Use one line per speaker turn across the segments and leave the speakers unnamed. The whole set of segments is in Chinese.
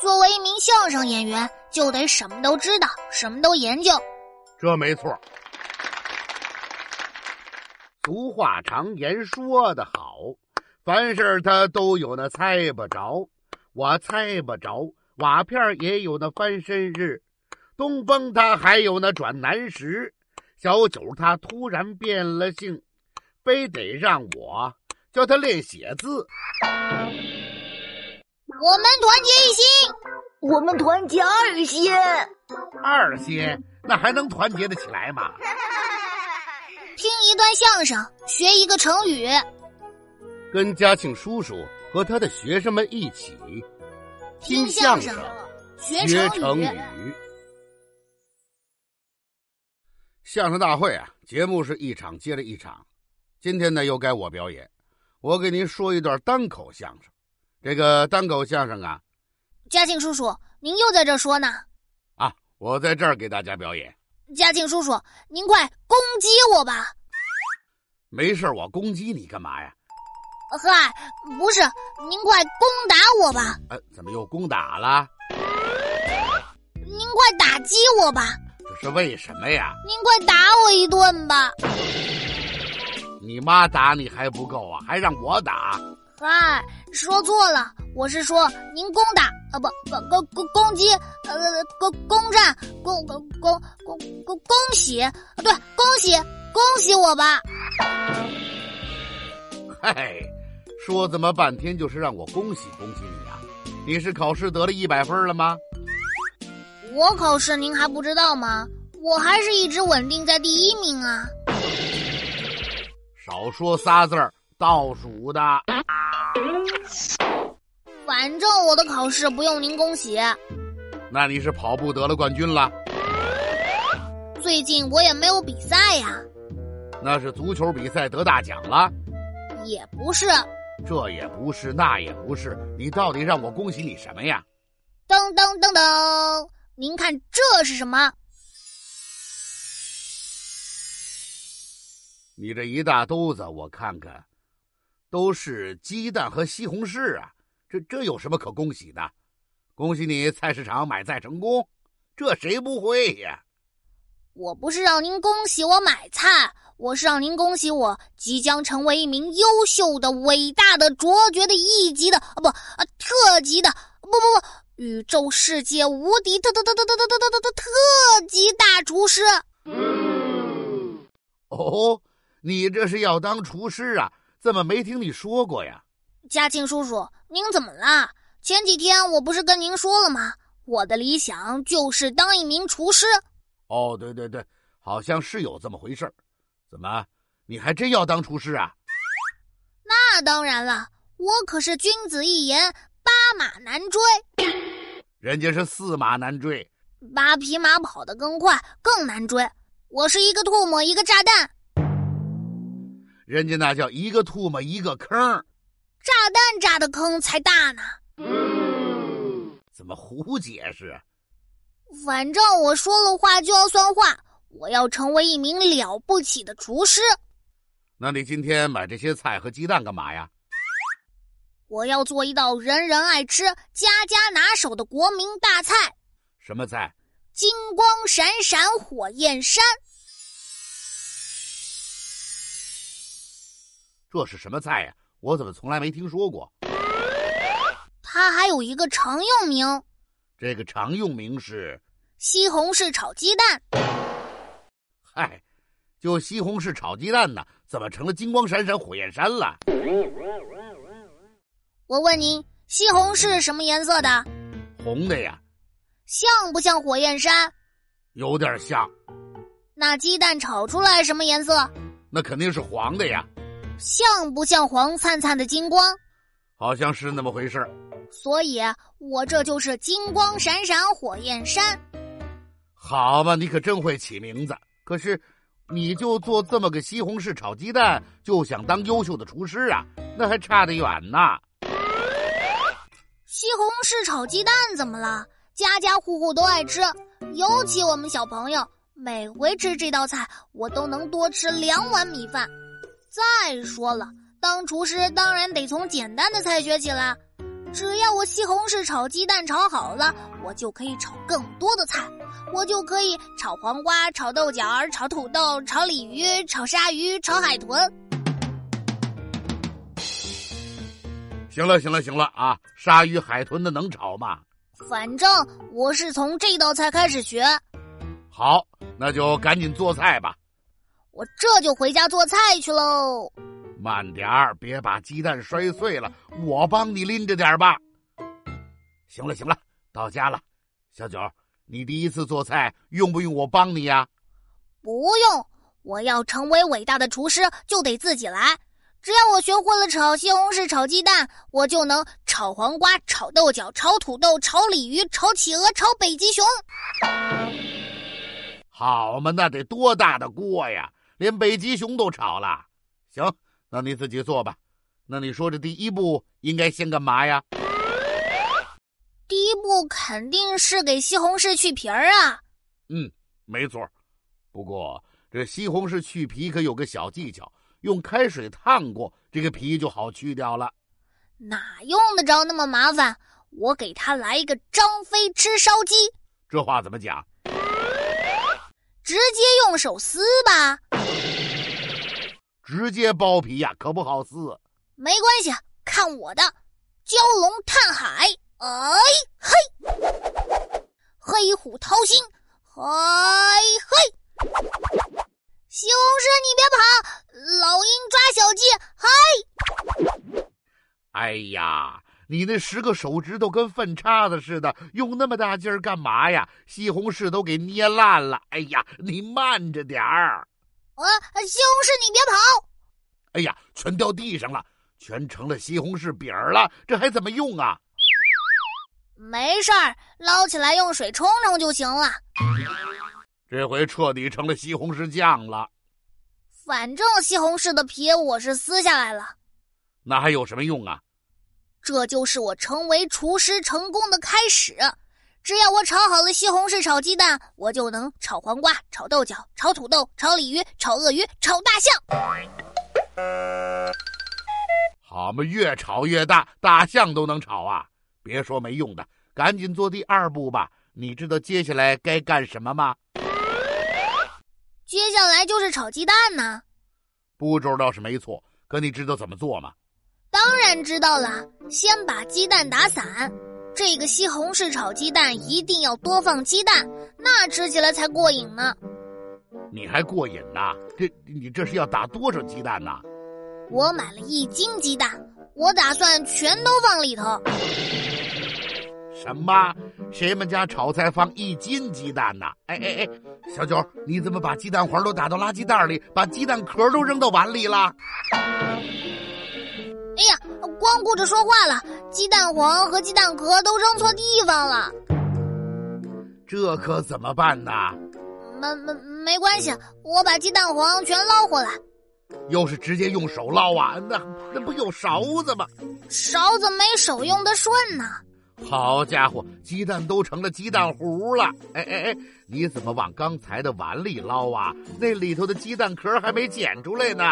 作为一名相声演员，就得什么都知道，什么都研究。
这没错。
俗话常言说得好，凡事他都有那猜不着。我猜不着，瓦片儿也有那翻身日，东风它还有那转南时。小九他突然变了性，非得让我教他练写字。
我们团结一心，
我们团结二心，
二些那还能团结得起来吗？
听一段相声，学一个成语。
跟嘉庆叔叔和他的学生们一起
听
相
相声，学
学
成
成
语。
语。相声大会啊，节目是一场接着一场。今天呢，又该我表演，我给您说一段单口相声。这个单口相声啊
嘉庆叔叔，您又在这说呢。
啊，我在这儿给大家表演。
嘉庆叔叔，您快攻击我吧！
没事儿，我攻击你干嘛呀？
呃嗨，不是，您快攻打我吧！
呃，怎么又攻打了？
您快打击我吧！
这是为什么呀？
您快打我一顿吧！
你妈打你还不够啊，还让我打？
嗨，说错了，我是说您攻打啊，不不攻攻攻击，呃攻攻占攻攻攻攻攻恭喜，对，恭喜恭喜我吧！
嘿，说这么半天就是让我恭喜恭喜你啊！你是考试得了一百分了吗？
我考试您还不知道吗？我还是一直稳定在第一名啊！
少说仨字儿，倒数的。
反正我的考试不用您恭喜，
那你是跑步得了冠军了？
最近我也没有比赛呀、
那是足球比赛得大奖了？
也不是。
这也不是，那也不是，你到底让我恭喜你什么呀？
噔噔噔噔，您看这是什么？
你这一大兜子，我看看，都是鸡蛋和西红柿啊！这这有什么可恭喜的？恭喜你菜市场买菜成功，这谁不会呀？
我不是让您恭喜我买菜，我是让您恭喜我即将成为一名优秀的、伟大的、卓绝的一级的啊不啊特级的不不不宇宙世界无敌特特特特特特特特特特级大厨师。
哦，你这是要当厨师啊？怎么没听你说过呀？
嘉庆叔叔，您怎么啦？前几天我不是跟您说了吗？我的理想就是当一名厨师。啊
哦，对对对，好像是有这么回事儿。怎么，你还真要当厨师啊？
那当然了，我可是君子一言，八马难追。
人家是驷马难追，
八匹马跑得更快，更难追。我是一个唾沫一个炸弹，
人家那叫一个唾沫一个坑儿。
炸弹炸的坑才大呢。
怎么胡解释？啊
反正我说了话就要算话，我要成为一名了不起的厨师。
那你今天买这些菜和鸡蛋干嘛呀？
我要做一道人人爱吃、家家拿手的国民大菜
什么菜？
——金光闪闪火焰山。
这是什么菜呀、我怎么从来没听说过？
它还有一个常用名
这个常用名是，
——西红柿炒鸡蛋。
嗨，就西红柿炒鸡蛋呢，怎么成了金光闪闪火焰山了？
我问您，西红柿什么颜色的？
红的呀，
像不像火焰山？
有点像，
那鸡蛋炒出来什么颜色？
那肯定是黄的呀，
像不像黄灿灿的金光？
好像是那么回事儿。
所以我这就是金光闪闪火焰山。
好嘛，你可真会起名字。可是，你就做这么个西红柿炒鸡蛋，就想当优秀的厨师啊？那还差得远呢。
西红柿炒鸡蛋怎么了？家家户户都爱吃，尤其我们小朋友，每回吃这道菜，我都能多吃两碗米饭。再说了，当厨师当然得从简单的菜学起啦，只要我西红柿炒鸡蛋炒好了，我就可以炒更多的菜，我就可以炒黄瓜、炒豆角、炒土豆、炒鲤鱼、炒鲨鱼、炒海豚。
行了，行了，行了啊！鲨鱼、海豚的能炒吗？
反正我是从这道菜开始学，
好，那就赶紧做菜吧。
我这就回家做菜去喽。
慢点儿，别把鸡蛋摔碎了，我帮你拎着点儿吧。行了，行了，到家了。小九，你第一次做菜，用不用我帮你呀？
不用，我要成为伟大的厨师，就得自己来。只要我学会了炒西红柿、炒鸡蛋，我就能炒黄瓜、炒豆角、炒土豆、炒鲤鱼、炒企鹅、炒北极熊。
好嘛，那得多大的锅呀，连北极熊都炒了。行，那你自己做吧。那你说这第一步应该先干嘛呀？
第一步肯定是给西红柿去皮儿啊！
没错儿，不过这西红柿去皮可有个小技巧，用开水烫过，这个皮就好去掉了。
哪用得着那么麻烦？我给他来一个张飞吃烧鸡，
这话怎么讲？
直接用手撕吧，
直接剥皮呀、可不好撕。
没关系，看我的蛟龙探海，哎嘿，黑虎掏心，嘿嘿，西红柿你别跑，老鹰抓小鸡，嘿，
哎呀，你那十个手指头跟粪叉子似的，用那么大劲儿干嘛呀？西红柿都给捏烂了。哎呀，你慢着点儿。
呃，西红柿你别跑，
哎呀，全掉地上了，全成了西红柿饼儿了，这还怎么用啊？
没事儿，捞起来用水冲冲就行了。
这回彻底成了西红柿酱了。
反正西红柿的皮我是撕下来了，
那还有什么用啊？
这就是我成为厨师成功的开始。只要我炒好了西红柿炒鸡蛋，我就能炒黄瓜、炒豆角、炒土豆、炒鲤鱼、炒鳄鱼、炒大象。
好嘛，越炒越大，大象都能炒啊！别说没用的，赶紧做第二步吧。你知道接下来该干什么吗？
接下来就是炒鸡蛋呢，
步骤倒是没错，可你知道怎么做吗？
当然知道了，先把鸡蛋打散。这个西红柿炒鸡蛋一定要多放鸡蛋，那吃起来才过瘾呢。
你还过瘾呐？这你这是要打多少鸡蛋呐？
我买了一斤鸡蛋，我打算全都放里头。
什么？谁们家炒菜放一斤鸡蛋呐？哎哎哎，小九，你怎么把鸡蛋黄都打到垃圾袋里，把鸡蛋壳都扔到碗里了？
哎呀，光顾着说话了，鸡蛋黄和鸡蛋壳都扔错地方了。
这可怎么办呢？
没没没关系，我把鸡蛋黄全捞回来，
又是直接用手捞啊？那那不有勺子吗？
勺子没手用的顺呢。
好家伙，鸡蛋都成了鸡蛋糊了！哎哎哎，你怎么往刚才的碗里捞啊？那里头的鸡蛋壳还没捡出来呢。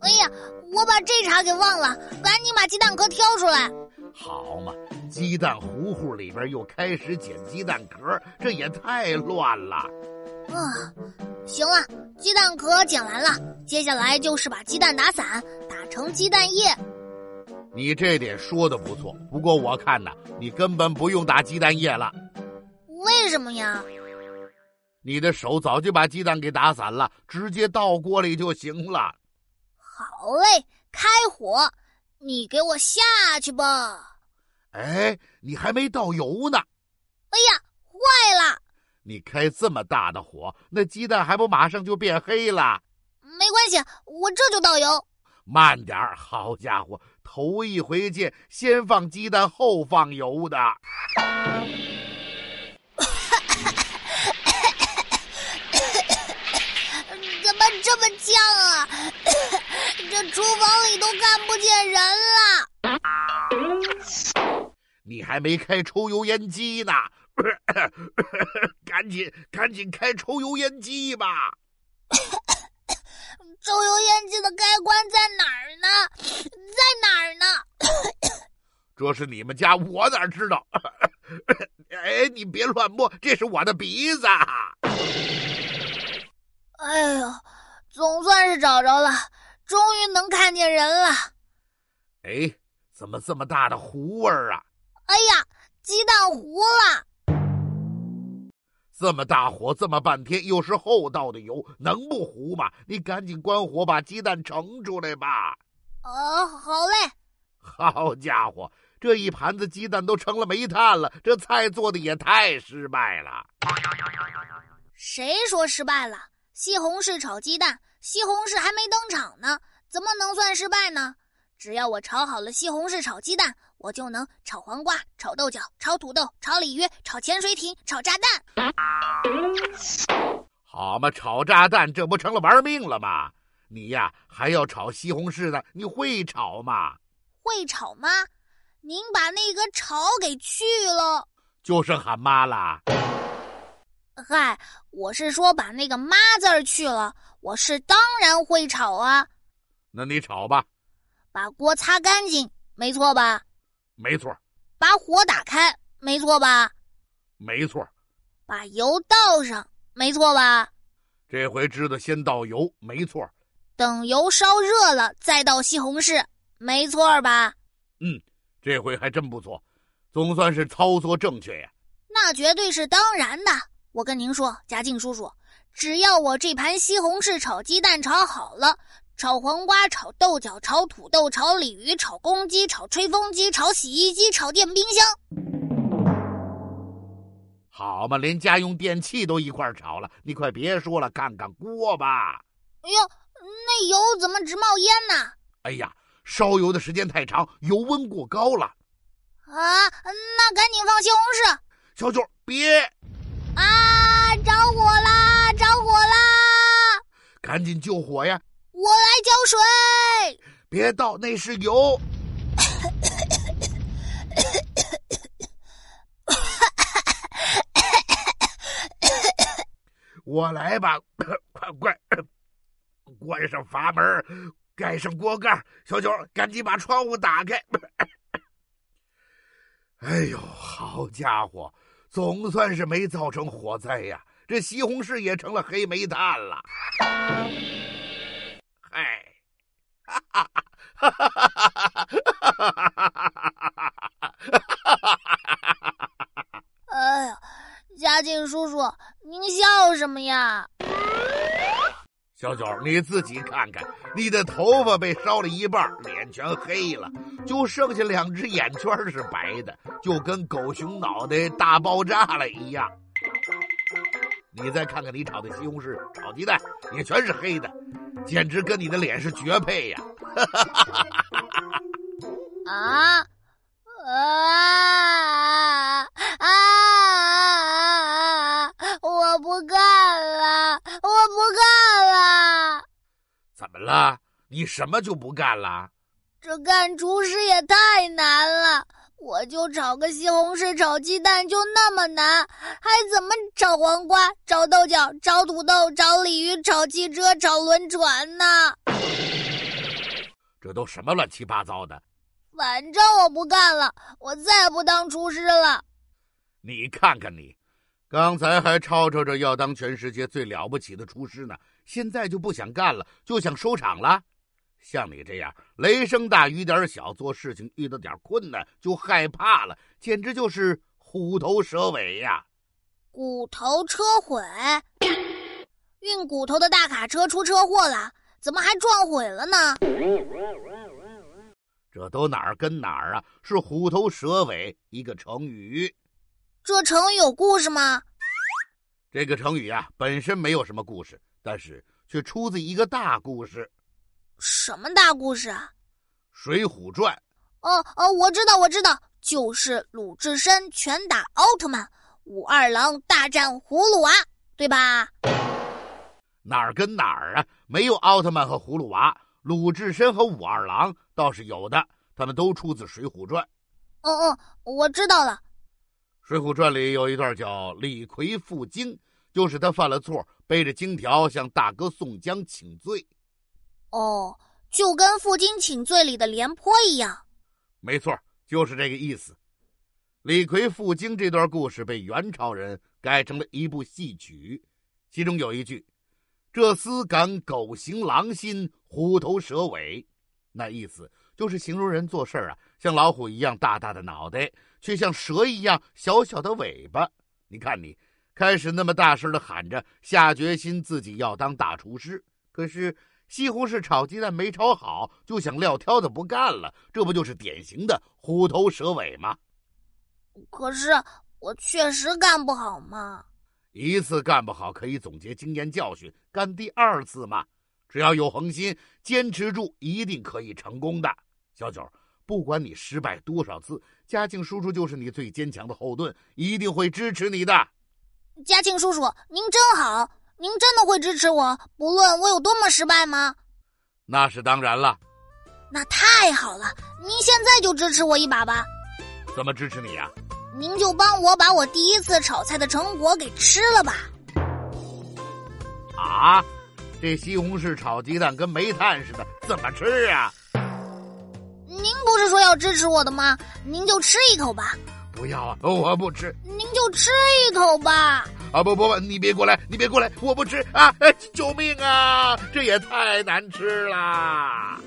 哎呀，我把这茬给忘了，赶紧把鸡蛋壳挑出来。
好嘛，鸡蛋糊糊里边又开始捡鸡蛋壳，这也太乱了。
啊，行了，鸡蛋壳捡完了，接下来就是把鸡蛋打散，打成鸡蛋液。
你这点说的不错，不过我看呐，你根本不用打鸡蛋液了，
为什么呀？
你的手早就把鸡蛋给打散了，直接倒锅里就行了。
好嘞，开火，你给我下去吧。
哎，你还没倒油呢。
哎呀，坏了。
你开这么大的火，那鸡蛋还不马上就变黑了？
没关系，我这就倒油。
慢点儿，好家伙，头一回见先放鸡蛋后放油的。
怎么这么呛啊？ 这厨房里都看不见人了。
你还没开抽油烟机呢， 赶紧赶紧开抽油烟机吧！
抽油烟机的开关在哪儿呢？在哪儿呢？
这是你们家，我哪知道？ 哎，你别乱摸，这是我的鼻子。啊
哎呦，总算是找着了，终于能看见人了。
哎，怎么这么大的糊味儿啊？
哎呀，鸡蛋糊了！
这么大火，这么半天，又是厚道的油，能不糊吗？你赶紧关火，把鸡蛋盛出来吧。
哦，好嘞。
好家伙，这一盘子鸡蛋都成了煤炭了，这菜做的也太失败了。
谁说失败了？西红柿炒鸡蛋，西红柿还没登场呢，怎么能算失败呢？只要我炒好了西红柿炒鸡蛋，我就能炒黄瓜、炒豆角、炒土豆、炒里约、炒潜水艇、炒炸弹。
好嘛，炒炸弹这不成了玩命了吗？你呀还要炒西红柿呢，你会炒吗？
会炒吗？您把那个“炒”给去了。
就剩喊妈啦。
嗨，我是说把那个“妈”字儿去了。我是当然会炒啊，
那你炒吧，
把锅擦干净，没错吧？
没错，
把火打开，没错吧？
没错，
把油倒上，没错吧？
这回知道先倒油，没错，
等油烧热了再倒西红柿，没错吧？
这回还真不错，总算是操作正确呀。
那绝对是当然的。我跟您说，嘉靖叔叔，只要我这盘西红柿炒鸡蛋炒好了，炒黄瓜、炒豆角、炒土豆、炒鲤鱼、炒公鸡、炒吹风机、炒洗衣机、炒电冰箱，
好嘛，连家用电器都一块儿炒了，你快别说了，看看锅吧。
哎呦，那油怎么直冒烟呢？
哎呀，烧油的时间太长，油温过高了。
啊，那赶紧放西红柿！
小九，别，
啊，着火啦！着火啦！
赶紧救火呀！
我来浇水。
别倒，那是油。我来吧， 快快，关上阀门，盖上锅盖。小九，赶紧把窗户打开。 哎呦，好家伙，总算是没造成火灾呀！这西红柿也成了黑煤炭了。嗨。哈哈哈哈哈！
哎呀，嘉靖叔叔，您笑什么呀？
小九，你自己看看，你的头发被烧了一半，脸全黑了，就剩下两只眼圈是白的，就跟狗熊脑袋大爆炸了一样。你再看看你炒的西红柿、炒鸡蛋，也全是黑的，简直跟你的脸是绝配呀！
啊啊啊啊！我不干了，我不干了，
怎么了？你什么就不干了？
这干厨师也太难了。我就炒个西红柿炒鸡蛋就那么难，还怎么炒黄瓜、炒豆角、炒土豆、炒鲤鱼、炒汽车、炒轮船呢？
这都什么乱七八糟的？
反正我不干了，我再也不当厨师了。
你看看你，刚才还吵吵着要当全世界最了不起的厨师呢，现在就不想干了，就想收场了。像你这样雷声大雨点小，做事情遇到点困难就害怕了，简直就是虎头蛇尾呀！
骨头车毁，运骨头的大卡车出车祸了，怎么还撞毁了呢？
这都哪儿跟哪儿啊？是虎头蛇尾一个成语。
这成语有故事吗？
这个成语啊，本身没有什么故事，但是却出自一个大故事
什么大故事啊？
《水浒传》。
哦哦，我知道，我知道，就是鲁智深拳打奥特曼，武二郎大战葫芦娃，对吧？
哪儿跟哪儿啊？没有奥特曼和葫芦娃，鲁智深和武二郎倒是有的，他们都出自《水浒传》。《
嗯嗯，我知道了。
水浒传》里有一段叫李逵负荆，就是他犯了错，背着荆条向大哥宋江请罪。
哦，就跟《负荆请罪》里的廉颇一样。
没错，就是这个意思。李逵赴京这段故事被元朝人改成了一部戏曲，其中有一句：“这厮敢狗行狼心，虎头蛇尾。”那意思就是形容人做事儿啊，像老虎一样大大的脑袋，却像蛇一样小小的尾巴。你看你开始那么大声的喊着，下决心自己要当大厨师，可是西红柿炒鸡蛋没炒好，就想撂挑子不干了，这不就是典型的虎头蛇尾吗？
可是我确实干不好嘛。
一次干不好可以总结经验教训，干第二次嘛。只要有恒心，坚持住，一定可以成功的。小九，不管你失败多少次，嘉庆叔叔就是你最坚强的后盾，一定会支持你的。
嘉庆叔叔，您真好，您真的会支持我，不论我有多么失败吗？
那是当然了，
那太好了，您现在就支持我一把吧。
怎么支持你呀、
您就帮我把我第一次炒菜的成果给吃了吧。
啊？这西红柿炒鸡蛋跟煤炭似的，怎么吃啊？
您不是说要支持我的吗？您就吃一口吧，
不要啊！我不吃
您就吃一口吧。
啊！不不不，你别过来，你别过来，我不吃啊！哎救命啊！这也太难吃啦！